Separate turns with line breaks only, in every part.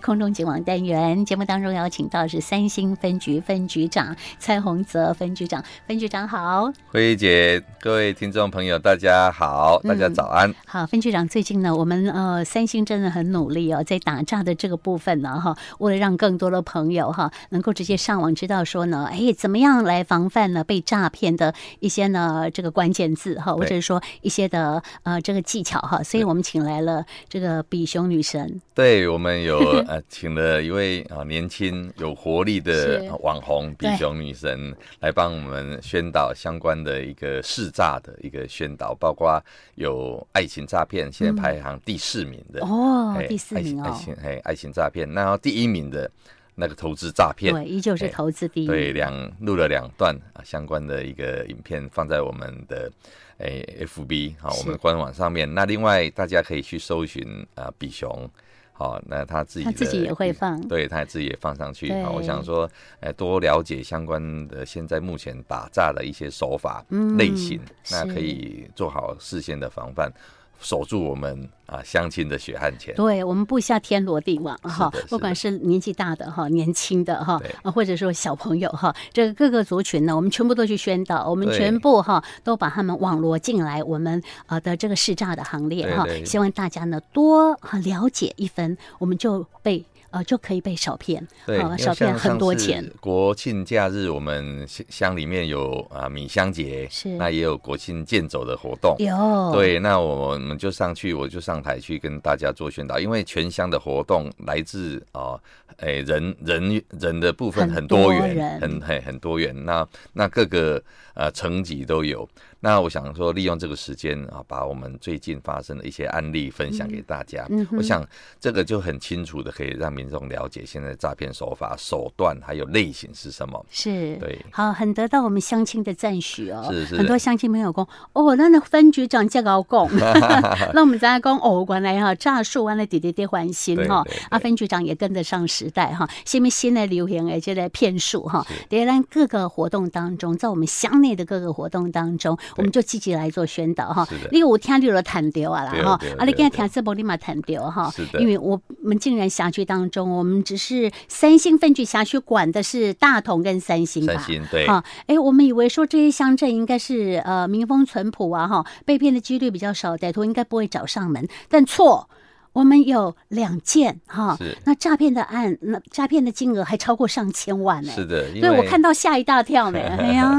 空中警网单元节目当中邀请到是三星分局分局长蔡洪泽分局长，分局长好。
慧怡姐，各位听众朋友，大家好，大家
嗯
早安。
好，分局长，最近呢，我们呃三星真的很努力哦，在打诈的这个部分呢，哈，为了让更多的朋友哈能够直接上网知道说呢，哎，怎么样来防范呢被诈骗的一些呢这个关键字哈，或者
对
是说一些的呃这个技巧哈，所以我们请来了这个比熊女神，
对我 们有呃，请了一位啊、年轻有活力的啊
是
网红比
对
熊女神来帮我们宣导相关的一个试诈的一个宣导，包括有爱情诈骗，现在排行第四名的、
哦
哎，
第四
爱
名
情爱
哦，
情哎爱情诈骗，然后第一名的那个投资诈骗，
对，依旧是
哎
投资第一，
对，两录了两段啊相关的一个影片放在我们的诶、FB 好、
是
我们的官网上面。那另外大家可以去搜寻啊、比熊，好、那他自己
他自
的
己也会
影
放
对他自己也放上去。好、我想
对
说，诶、多了解相关的现在目前打诈的一些手法、
嗯
类型，那
是
可以做好事先的防范，守住我们啊相亲的血汗钱。
对我们布下天罗地网哈
是的，
不管是年纪大的哈、年轻的哈
对，
啊或者说小朋友哈，这个各个族群呢，我们全部都去宣导，我们
对
全部哈都把他们网罗进来，我们呃的这个试诈的行列
对
哈，
对
希望大家呢多啊了解一分，我们就被呃就可以被少骗，
对，
啊
因为
少骗
像
很
上
多
次
钱，
国庆假日，我们乡乡里面有啊米香节，
是
那也有国庆健走的活动。
有，
对，那我们就上去，我就上台去跟大家做宣导，因为全乡的活动来自啊，诶、人人人的部分
很
很
多
多
人
元，很很很多元。那那各个呃层级都有。那我想说，利用这个时间啊，把我们最近发生的一些案例分享给大家。
嗯哼
我想这个就很清楚的可以让民众了解现在诈骗手法、手段还有类型是什么。
是，
对
好，很得到我们乡亲的赞许哦。
是是
很多乡亲朋友讲，哦，咱的分局长这个讲， 那我们在讲哦，原来哈诈术完了，弟弟弟欢心哈
对对对，
啊，分局长也跟得上时代哈，下面新的流行的这个骗术哈，在咱各个活动当中，在我们乡内的各个活动当中，我们就积极来做宣导哈
是的。
你有听就了谈掉啊啦
对哦
哈
对，
啊，你
对
今日
对
听这波你嘛谈掉哈
是，的
因为我们竟然辖区当中，我们只是三星分局辖区管的是大同跟三星吧
三。星对，
哈，哎、我们以为说这些乡镇应该是呃民风淳朴啊，哈，被骗的几率比较少，歹徒应该不会找上门，但错。我们有两件哈
是，
那诈骗的案，那诈骗的金额还超过上千万呢、
是的，因
对我
为
看到吓一大跳 呢、哎呀，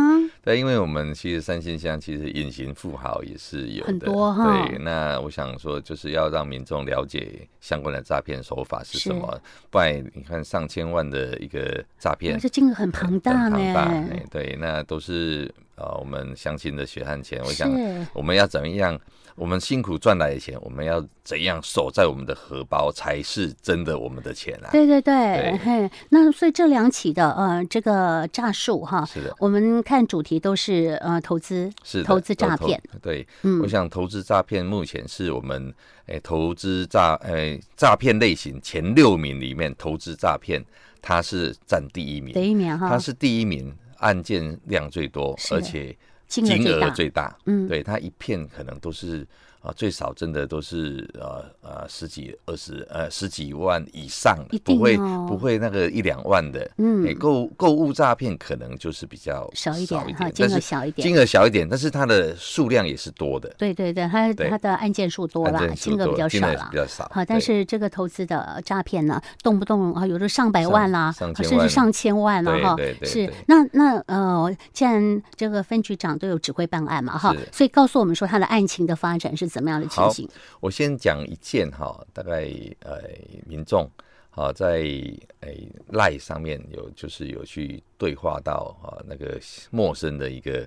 对，因为我们其实三星乡其实隐形富豪也是有的
很多哈
对，那我想说，就是要让民众了解相关的诈骗手法是什
是哎
么，不然你看上千万的一个诈骗，
这金额很庞大
很
呢、
庞大哎对，那都是呃我们乡亲的血汗钱。我想
是
我们要怎么样？我们辛苦赚来的钱，我们要怎样守在我们的荷包才是真的我们的钱啊？
对对对，
对
嘿，那所以这两起的呃这个诈术哈，
是的。
我们看主题都是呃投资，
是的
投资
都
诈骗，
对，
嗯
我想投资诈骗目前是我们诶、投资诈诶诈骗类型前六名里面，投资诈骗它是占第一名，
得一秒哈
它，是第一名，案件量最多，
是
而且
金额最大，
最大，
嗯
对，它一片可能都是啊、最少真的都是呃呃十几二十呃十几万以上的，
一定
不会
哦
不会那个一两万的，
嗯
诶购购物诈骗可能就是比较
少一点哈，金
但
额
是
小一点。
金额小一点，但是它的数量也是多的，
对对对，它
对
它的案件数多
案
啦，
件数
金额
多
比较
金
少
额
啦
比。较少。
好，但
对
是这个投资的诈骗呢，动不动啊，有的上百万啦，
上
甚
上千
至
万
上千万了
对
哈
对。对
是
对，
那那呃，既然这个分局长都有指挥办案嘛哈
是，
所以告诉我们说他的案情的发展是怎么样的情
好
形？
我先讲一件哈，大概呃民众啊在呃赖上面有就是有去对话到啊那个陌生的一个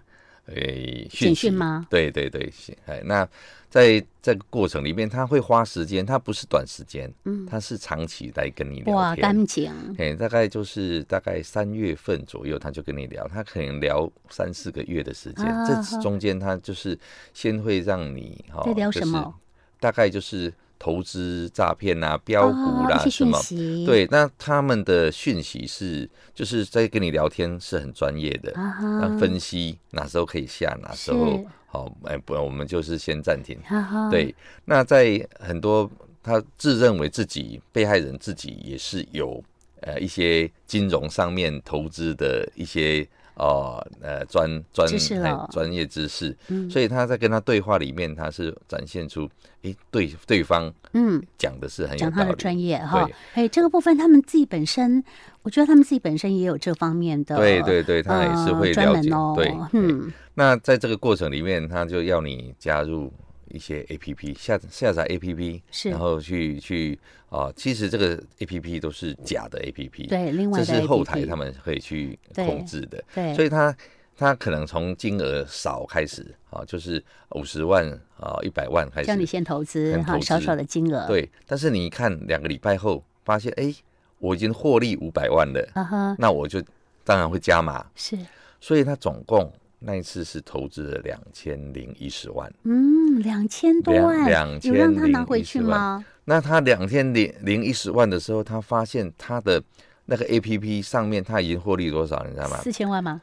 呃
简
讯息
讯吗？
对对对，是哎那在这个过程里面，他会花时间，他不是短时间，嗯，他是长期来跟你
哇，
聊天。
干净，
哎，大概就是大概三月份左右，他就跟你聊，他可能聊三四个月的时间，
啊好
这中间他就是先会让你哈，
在聊
就
什
是
么
大概就是投资诈骗啊、标股
啊
啦、
一些
什
讯
么。
息，
对，那他们的讯息是，就是在跟你聊天是很专业的，
啊哈，
那分析哪时候可以下，哪时候
是嗯
好，哎，不，我们就是先暂停。
啊哈哈，
对，那在很多他自认为自己被害人自己也是有呃一些金融上面投资的一些哦呃专专
知识
哎
了
专业知识，
嗯
所以他在跟他对话里面，他是展现出诶对对方
嗯，
讲的是很有
讲
道
他
理
的专业哈
对，
哎，这个部分他们自己本身，我觉得他们自己本身也有这方面的，
对对对，他也是
呃
会
专
了
门
解。
哦，
对，对
嗯，
那在这个过程里面，他就要你加入一些 A P P，下下载 A P P，
是
然后去去啊、其实这个 A P P 都是假的 A P P，，
对，另外
这
的
是后台
APP
他们可以去
对
控制的，
对，
所以他他可能从金额少开始啊，就是五十万啊、一百万开
叫你
始，
先投资
先
哈，
投
少
资
少的金额，，
对，但是你一看两个礼拜后发现，哎，我已经获利五百万了，
啊哈，
那我就当然会加码，
是，
所以他总共那一次是投资了两千零一十万。
嗯，两千多
两
万，
两
有让他
千
拿
零
回
一
去
十万
吗？
那他两千零零一十万的时候，他发现他的那个 A P P 上面他已经获利多少，你知道吗？
四千万吗？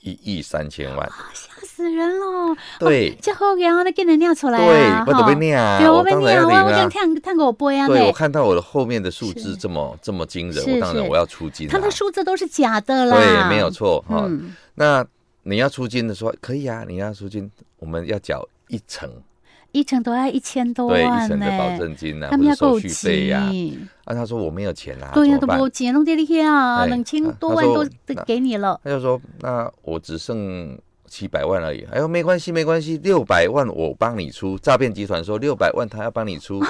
一亿三千万。
啊，吓死人了！
对
这好然后那给人尿出来啊，
对，我都被
哈
念
对，
啊，
我被
当然
念，
要
我
领
我刚
啊。
探探过杯啊，
对，我
呢，
看到我的后面的数
是
字这么这么惊人，
是
我当然
是
我要出金
他
啊
的。数字都是假的啦，
对，没有，错哈。
嗯，
那你要出金的说可以啊，你要出金，我们要缴一成，
一成都要一千多
对，
万
一成
呢
的，保证金啊，
他
或
们
者
要
手
够
续费呀。
急，
啊，他说我没有钱啊，
对呀，
怎
都
么办
没钱，弄这里去啊，
哎
两千
啊
多
他
万
说
都
那
都给你了，
他就说：“那我只剩七百万而已。”哎呦，没关系，没关系，六百万我帮你出。诈骗集团说六百万他要帮 你出，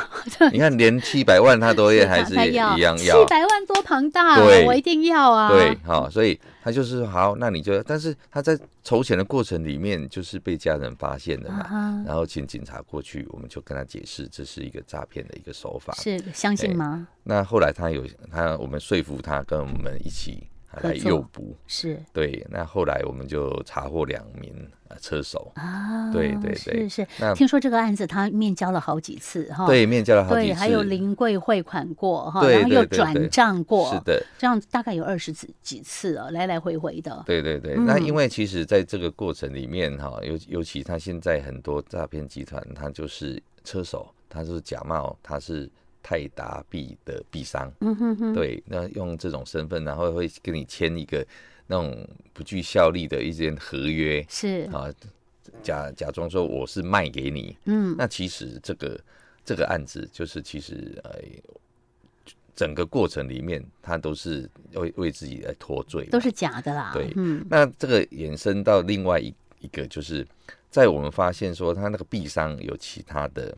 你看连七百万他都也还是
他
也
要
一样
七
要。
百万多庞大，
对
我一定要啊，
对，好、所以他就是好，那你就，但是他在筹钱的过程里面，就是被家人发现的
啊
嘛，
哈，
然后请警察过去，我们就跟他解释这是一个诈骗的一个手法。
是相信
哎
吗？
那后来他有他，我们说服他跟我们一起啊
合
来
作
诱捕，
是
对，那后来我们就查获两名呃车手，
啊，
对对
是
对
是。
那
听说这个案子他面交了好几次哈，
对面交了好几
哦对，
次，
还有临柜汇款过哈，
对
然后又
对对
转
对
账过，
是的，
这样大概有二十几几次了，来来回回的。
对对对。
嗯
那因为其实在这个过程里面哈，尤尤其他现在很多诈骗集团，他就是车手，他是假冒他是泰达币的币商，
嗯哼哼，
对，那用这种身份，然后会跟你签一个那种不具效力的一些合约
是，
啊，假假装说我是卖给你，
嗯，
那其实这个这个案子，就是其实呃，整个过程里面，他都是为为自己来脱罪嘛，
都是假的啦。
对
嗯，
那这个衍生到另外一一个，就是在我们发现说他那个币商有其他的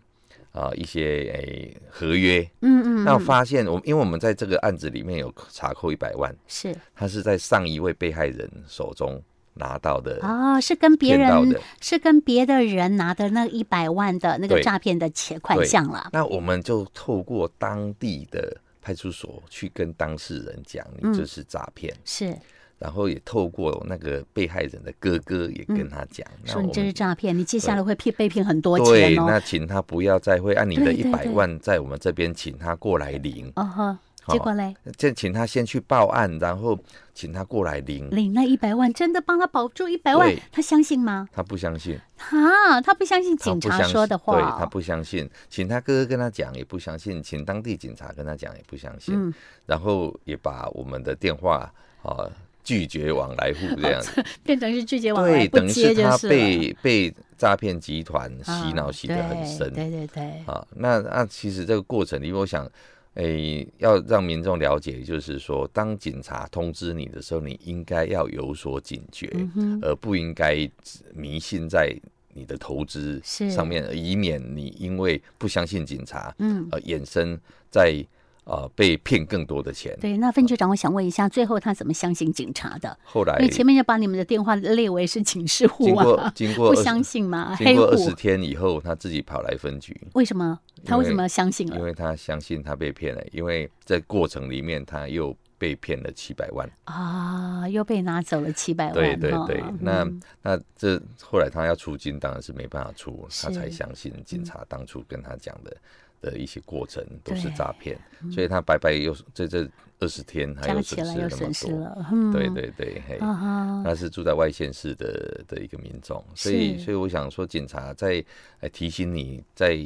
啊、一些诶、合约，
嗯嗯，
那
嗯
发现我们因为我们在这个案子里面有查扣一百万，
嗯是
他是在上一位被害人手中拿到的，
哦，是跟别
呃骗到
人
的
是跟别的人拿的那一百万的那个
对
诈骗的钱款
对
项了。
那我们就透过当地的派出所去跟当事人讲，
嗯
你这是诈骗，
是
然后也透过那个被害人的哥哥也跟他讲，
嗯
那
说
我
你这是
们。
诈骗，你接下来会骗被骗很多
对，
钱哦。
那请他不要再会啊按你的
对
一
对
百
对
万在我们这边，请他过来领，
哦呵，
好
结果嘞，
这请他先去报案，然后请他过来领。
领那一百万，真的帮他保住一百万
对，
他相信吗？
他不相信，
啊，他不相信
他
警
不
察
相信
说的话
对
哦，
他不相信，请他哥哥跟他讲也不相信，请当地警察跟他讲也不相信。
嗯，
然后也把我们的电话啊拒绝往来户这样子，
变成是拒哦绝往来，
对，
不
等于
接
是
就
他
了
被被诈骗集团洗脑
啊
洗得很
对
深
对对对，
啊。那那其实这个过程里，我想。诶，要让民众了解，就是说，当警察通知你的时候，你应该要有所警觉，
嗯哼，
而不应该迷信在你的投资
是
上面，以免你因为不相信警察，
嗯。
而衍生在呃被骗更多的钱。
对，那分局长，我想问一下，最后他怎么相信警察的？
后来
因为前面就把你们的电话列为是警示
哎
户
经过
啊，
经过
不
20,
相信啊吗？
经
黑
过二十
户
天以后，他自己跑来分局，
为什么？他为什
因为
么相信
因
了？
为他相信他被骗了，因为在过程里面他又被骗了七百万。
啊，又被拿走了七百万。
对对
哈
对，
嗯
那那这后来他要出金，当然是没办法出，他
是
才相信警察当初跟他讲的。的一些过程都是
对
诈骗，所以他白白又这这二十天，还
嗯加
有
起
损
来
失
又
那么
损失
多。
了，嗯，
对对对，嘿，
啊哈，
那是住在外县市的的一个民众，所以
是
所以我想说，警察在呃提醒你在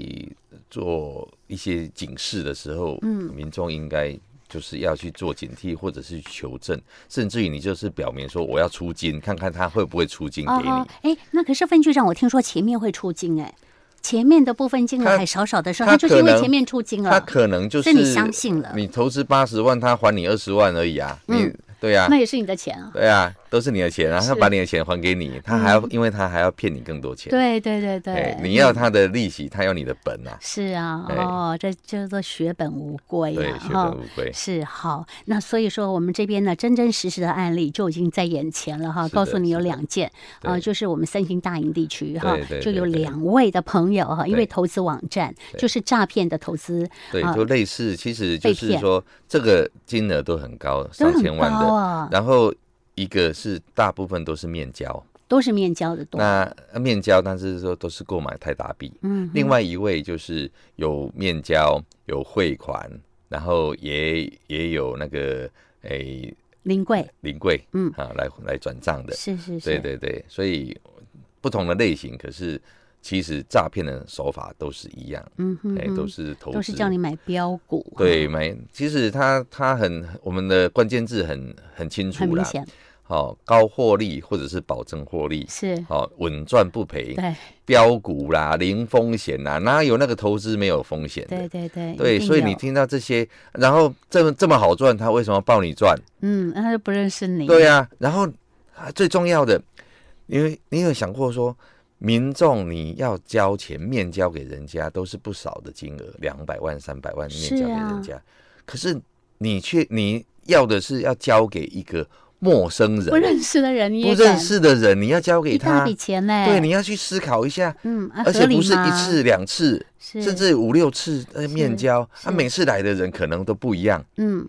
做一些警示的时候，
嗯
民众应该就是要去做警惕，或者是去求证，甚至于你就是表明说我要出金，看看他会不会出金给你。
哦，哎，那可是分局长，我听说前面会出金哎，前面的部分金额
他
还少少的时候，
他
他就是因为
可能
前面出金
他
了，
可能就
这
是
你相信了
你投资八十万，他还你二十万而已啊，你、
嗯
对啊
那。也是你的钱啊。
对啊，都是你的钱啊，
是
他把你的钱还给你，他还要，因为他还要骗你更多钱。
对对对
哎
对，
你要他的利息，他要你的本啊。
是啊，
哎
哦，这叫做血本无归
对
呀、，
血
哈
本无归。
是好，那所以说我们这边呢，真真实实的案例就已经在眼前了哈。
是的
告诉你有
是的
两件啊、
对
就是我们三星大营地区哈
对对，
就
对
有
对
两位的朋友哈，因为
对
投资网站
对
就是诈骗的投资，
对
啊，
就类似，其实就
被
是
骗
说这个金额都很高，
都
上
很
千
高
万的。
啊，
然后一个是大部分都是面交，
都是面交的多。
那面交，但是说都是购买泰达币。
嗯，
另外一位就是有面交，有汇款，然后也也有那个诶
临柜
临柜，
嗯
啊，来来转账的。
是是是，
对对对，所以不同的类型，可是其实诈骗的手法都是一样，
嗯哼
哎，
哼
都是投资，
都是叫你买标股，
对，
哈，
没，其实它它很，我们的关键字很很清
很
楚
明
啦。
显
好、高获利或者是保证获利，
是。
好、稳赚不赔，
对
标股啦，零风险啦，哪有那个投资没有风险的？
对对对，一
对，
定
所以你
有
听到这些，然后这么这么好赚，他为什么报你赚？
嗯，他就不认识你，
对呀、然后啊最重要的，因为你有想过说，民众你要交钱面交给人家都是不少的金额，两百万、三百万面
是
交给
啊
人家，可是你却你要的是要交给一个陌生人、
不认识的人你
不
也
认
敢
识的人，你要交
一
给
大
他
笔，钱呢，
对，你要去思考一下。
嗯，啊
而且
合理
不是一
吗
次两次，
是
甚至五六次呃面
是
交，
是
他、每次来的人可能都不一样。
嗯，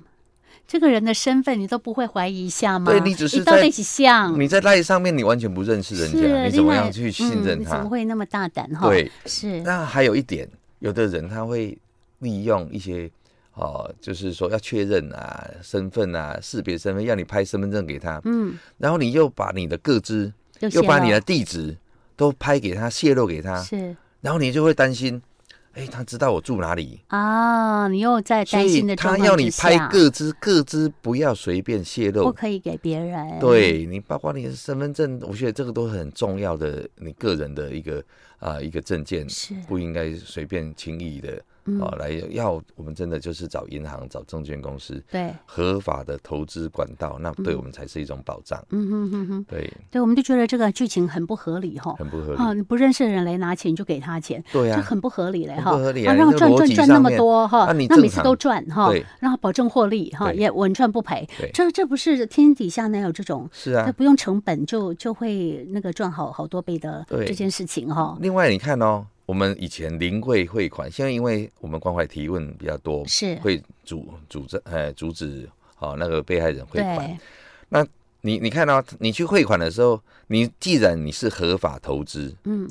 这个人的身份你都不会怀疑一下吗？
对你只是
到
在
底几项？
你在赖上面，你完全不认识
嗯
人
是啊
家，你怎么
另外
样去信
嗯
任
你
他？
怎么会那么大胆哈？，
对，
是
那还有一点，有的人他会利用一些哦，就是说要确认啊身份啊，识别身份，要你拍身份证给他，
嗯，
然后你又把你的个资，
就
又
泄
把你
露
的地址都拍给他，泄露给他，
是
然后你就会担心，哎，他知道我住哪里。
啊，你又在
所
担心
以
的
他
状
要
况
你
之
拍
下，
个资，个资不要随便泄露，
不可以给别人。，
对你，包括你的身份证，我觉得这个都很重要的，你个人的一个啊、一个证件，
是嗯
不应该随便轻易的啊、来要。我们真的就是找银行、找证券公司
对，
合法的投资管道，那对我们才是一种保障。
嗯哼哼哼，
对，
对，我们就觉得这个剧情很不合理哈。
很不合理。
啊，你不认识的人来拿钱，你就给他钱，
对啊
这
呀、
很不合理嘞
很
哈。
不合理啊
让
你这个
赚
逻
赚
辑
赚
上
那么
面啊
多哈，
那你
那每
正
次
常
都赚哈
对，
然后保证获利哈，
对
也稳赚不赔
对。
这这不是天底下哪有这种
是
那
啊。
不用成本就就会那个赚好好多倍的
对
这件事情哈、
另外，你看哦，我们以前零柜汇款，现在因为我们关怀提问比较多，
是，
会阻阻止呃阻止哦那个被害人汇款。
对，
你你看到、哦你去汇款的时候，你既然你是合法投资，
嗯，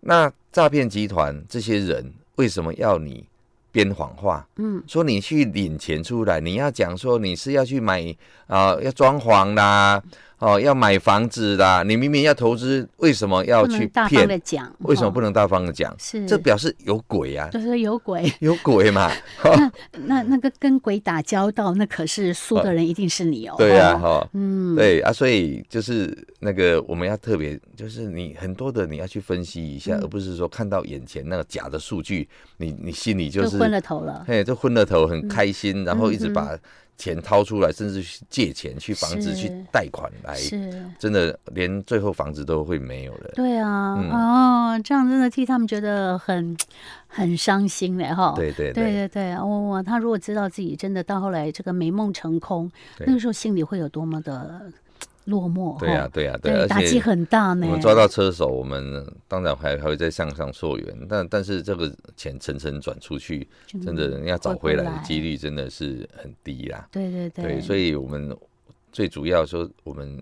那诈骗集团这些人为什么要你编谎话？
嗯，
说你去领钱出来，你要讲说你是要去买啊、要装潢啦，哦、要买房子啦，你明明要投资，为什么要
不
去
能大方的
骗？
讲，
为什么
哦
不能大方的讲？
是
这表示有鬼啊，
就是有鬼，
有鬼嘛！
那那个跟鬼打交道，那可是输的人一定是你哦。
呃对呀、啊，
哦
哈、
嗯，
对啊，所以就是那个我们要特别，就是你很多的你要去分析一
嗯
下，而不是说看到眼前那个假的数据，你你心里就是
昏了头了。
嘿，就昏了头，
嗯
很开心，然后一直把钱掏出来，甚至去借钱去房子
是
去贷款来，
是，
真的连最后房子都会没有了。
对啊，
嗯
哦，这样真的替他们觉得很很伤心嘞哈。
对对
哦对对对，哦，他如果知道自己真的到后来这个美梦成空，
对
那个时候心里会有多么的落寞。
对呀
哈，
对呀对啊，
对，打
而
击
且。
很大
我
呢。
们抓到车手，我们当然还还会再向上溯源，但但是这个钱层层转出去，真的人家找
嗯回
回
不
来的
来
几率真的是很低啦、
对对
对，
对，
所以我们最主要说，我们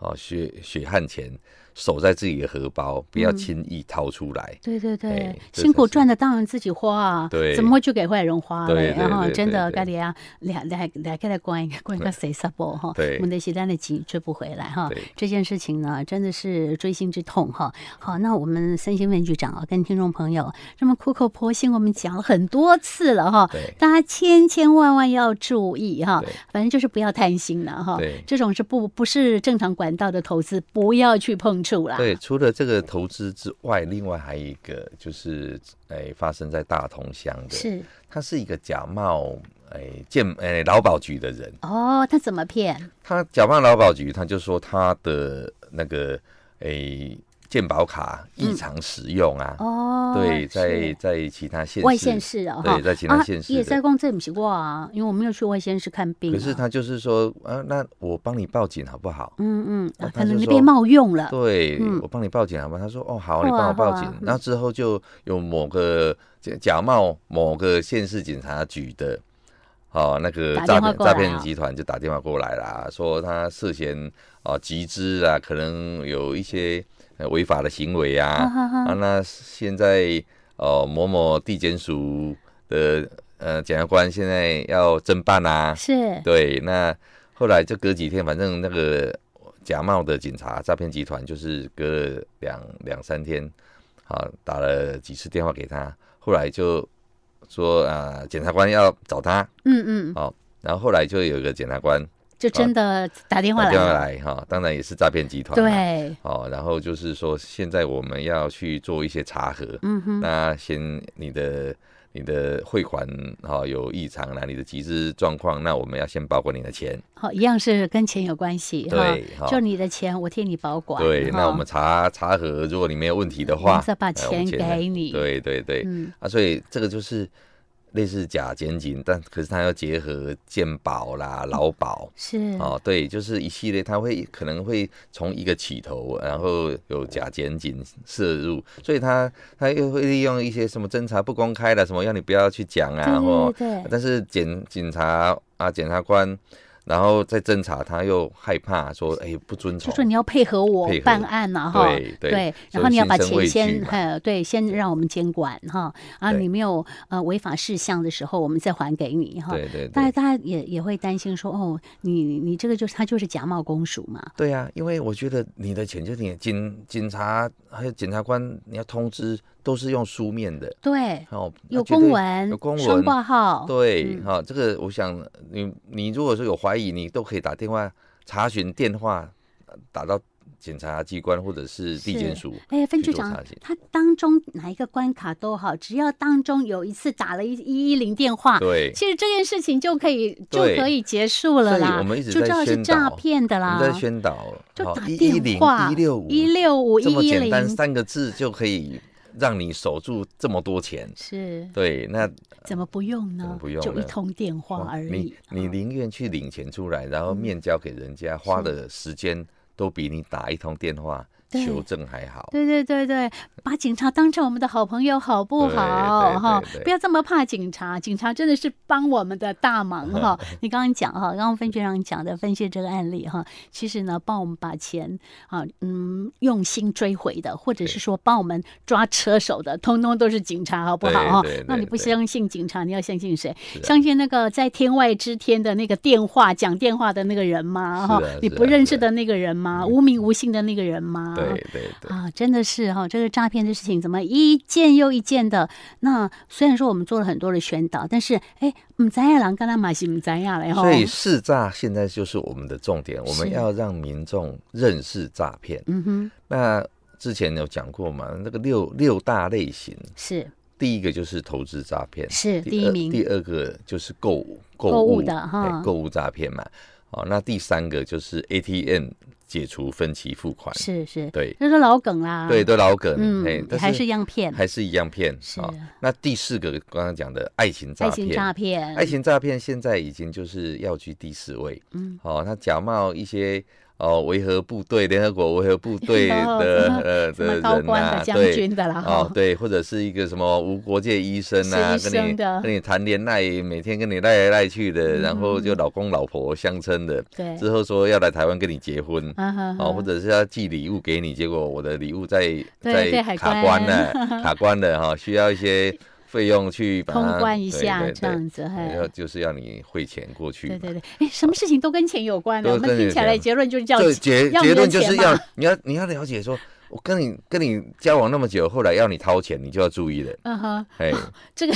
啊血血汗钱守在自己的荷包，不
嗯
要轻易掏出来。
对对对
哎，这
辛苦
才是
赚的当然自己花啊，
对
怎么会去给坏人花嘞
对？对
然后
对
真的，
对对
该俩俩俩俩该来关一个关一个谁撒波哈？
对
我们的鞋单的急追不回来哈
对。
这件事情呢，真的是锥心之痛哈。好，那我们三星文局长啊，跟听众朋友这么苦口婆心，我们讲了很多次了哈。
对
大家千千万万要注意哈
对，
反正就是不要贪心了哈
对。
这种是不不是正常管道的投资，不要去碰触啦。
对，除了这个投资之外，另外还有一个就是，哎，发生在大同乡的，
是
他是一个假冒哎建哎劳保局的人，
哦，他怎么骗？
他假冒劳保局，他就说他的那个诶健保卡异常使用啊，
嗯哦，
对，在
是
在其他县市
外县市啊，哈
对，在其他县
啊也
市
在
的。
公这不是我啊，因为我没有去外县市看病、啊。
可是，他就是说，啊，那我帮你报警好不好？
嗯嗯，
啊
啊可
他就
能你
说
被冒用了。
对，我帮你报警好吗？他说，哦，好，你
嗯好啊
帮我报
好啊
警
嗯。
那、之后就有某个假假冒某个县市警察局的，哦，那个
打
诈
电话
骗
过来
诈
啊
骗集团就打电话过来啦，说他涉嫌啊集资啊，可能有一些呃违法的行为啊。
哈哈
啊，那现在哦、某某地检署的呃检察官现在要侦办啊，
是
对，那后来就隔几天，反正那个假冒的警察诈骗集团就是隔了两两三天，啊，打了几次电话给他，后来就说啊、检察官要找他，
嗯嗯，
然后后来就有一个检察官
就真的打电话
打
来
电话
了。
来哈、当然也是诈骗集团、啊，，
对，
哦，然后就是说现在我们要去做一些查核，
嗯哼，
那先你的你的汇款哈、有异常啦，你的集资状况，那我们要先保管你的钱，
好，一样是跟钱有关系哈。
对，哈
就你的钱，我替你保管。
对，
哈
那我们查查核，如果你没有问题的
我
话
们，再把
哎我
钱
们呢
给你。，
对对对，
嗯，
啊，所以这个就是类似假检警，但可是它要结合健保啦、劳保。
是
哦，对，就是一系列，它会可能会从一个起头，然后有假检警摄入，所以它它又会利用一些什么侦查不公开的，什么要你不要去讲啊，或
对对对，
但是检警察啊检察官，然后在侦查，他又害怕说，哎、不遵
就
从，
说你要配合我
配合
办案呐、哈，
对对
然后你要把
所
钱
以心生畏
先
惧嘛
呃，对，先让我们监管哈，啊，
对
你没有呃违法事项的时候，我们再还给你哈。
对对对
大家大家也也会担心说，哦，你你这个就是他就是假冒公署嘛，
对呀、因为我觉得你的钱就是你的警警察还有检察官，你要通知都是用书面的，
对，
哦，那
有
绝对
公文，哦嗯
有公
双
文，
挂号，
对，哈、这个我想你你如果说有怀疑，你都可以打电话查询电话，呃打到检察机关或者是地检
是
署，
哎，分
去
局
做
长
查询，
他当中哪一个关卡都好，只要当中有一次打了一一一零电话，
对。
其实这件事情就可以就
对
可以结束了
所以
啦，
我们一直
就
在
知道是
宣
诈
导
骗的
我
啦，
们在宣导，
就打
一一
电
零
话
一六五
一六五
这么
一一
简单
零
三个字就可以让你守住这么多钱。
是
对，那
怎么不用
怎
呢
么？不用
就一
呢
通电话
哇
而已
哦
嗯
你。你宁愿去领钱出来，然后面交给人家，花的时间都比你打一通电话
对
求证还好。
对对对对，把警察当成我们的好朋友，好不好？
对对
哈
对，对
不要这么怕警察，警察真的是帮我们的大忙 哈。你刚刚讲哈，刚刚分局长讲的分析这个案例哈，其实呢，帮我们把钱啊，嗯，用心追回的，或者是说帮我们抓车手的，通通都是警察，好不好？哈
对对对，
那你不
对
相信警察，你要相信谁？
是啊
相信那个在天外之天的那个电话讲电话的那个人吗？
是啊
哈，你
是啊
不认
是
识
啊
的那个人吗？无名无姓的那个人吗？
对对对，
啊，真的是哈、这个诈骗的事情怎么一件又一件的？那虽然说我们做了很多的宣导，但是哎，唔知呀，人跟他买是唔知呀嘞哈。
所以试诈现在就是我们的重点，我们
哎是
要让民众认识诈骗。
嗯哼，
那之前有讲过嘛，那个六六大类型，
是
第一个就是投资诈骗，
是第一
二
名
第二个就是购物
购
购
物
物
的哈
对购物诈骗嘛。哦，那第三个就是 ATM 解除分期付款，
是是，
对
这是老梗啦。
对，，都老梗，哎
嗯，，
但
还是一样骗，
还是一样骗。
是啊
哦那第四个刚刚讲的爱情
爱
诈
情
骗，
诈骗，
爱情诈骗现在已经就是要居第四位，
嗯，
哦，他假冒一些哦维和部队、联合国维和部 队
哦
的
什么
呃
什
的
么
人
高官
呐、
的
啊，
将
对，
军的啦
哦
哈，。
对，或者是一个什么无国界医生啊，
是医
跟
生
你
的
跟你谈恋爱，每天跟你赖来赖去的，然后就老公老婆相称的，
嗯对，
之后说要来台湾跟你结婚，
啊哈
哦，或者是要寄礼物给你，结果我的礼物在
对
在
被海关
卡关 了，卡关了哈，需要一些费用去把
通
它
关一
对
下
对
这样子，
对
嘿
然后就是要你汇钱过去
对
嘛，
对对，哎，什么事情都跟钱有关的，
都
我们
跟
听
有
起来
钱
结论就是叫
这结
要
结
你的
论就
钱
是
嘛
要你要你要了解说，我跟你跟你交往那么久，后来要你掏钱，你就要注意了，
嗯哼，
哎，
这个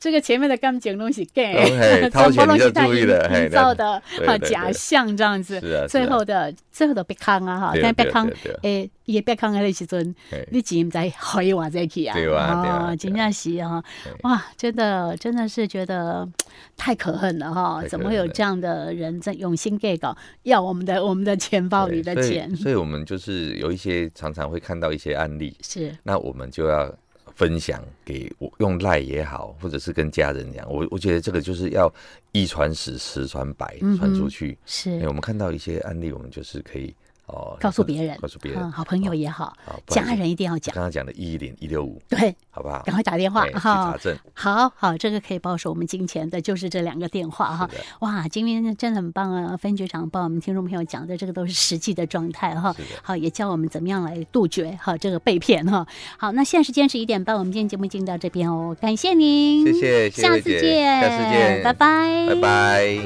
这个前面的感情东西 gay，
OK，掏钱你就注意了嘿
营造的
对
啊
对对
假象这样子，
是啊，
最
是啊
后的最后的别康啊哈，
对啊
但别
对啊
康
对啊
诶，伊别康的时阵，
对啊嘿
你钱唔知可以往再去啊，
对啊对啊对啊
真正是啊，
对
哇，真的真的是觉得太可恨了哈，
太
怎
可
么会有
恨了
这样的人在用心 gay 搞，要我们的我们的钱包里
对
的
所以
钱，
所以我们就是有一些常常会看到一些案例，
是
那我们就要分享给我用赖也好，或者是跟家人讲，我我觉得这个就是要一传十，十传百
嗯，哼
传出去。哎、
是，
我们看到一些案例，我们就是可以哦
告诉别人
告诉别人
嗯，好朋友也好，
啊，不然
家人一定要
就
讲，
刚刚讲的一零一六五，
对，
好不好？
赶快打电话
哎去
哈
查。证，
好好，这个可以保守我们金钱的，就是这两个电话哈
是的。
哇，今天真的很棒啊！分局长帮我们听众朋友讲的，这个都是实际的状态哈
是的。
好，也教我们怎么样来杜绝哈这个被骗哈。好，那现在时间是一点半，我们今天节目进行到这边哦，感谢您，
谢谢，谢谢
下
慧
次
姐
见，
下次见，
拜拜，
拜拜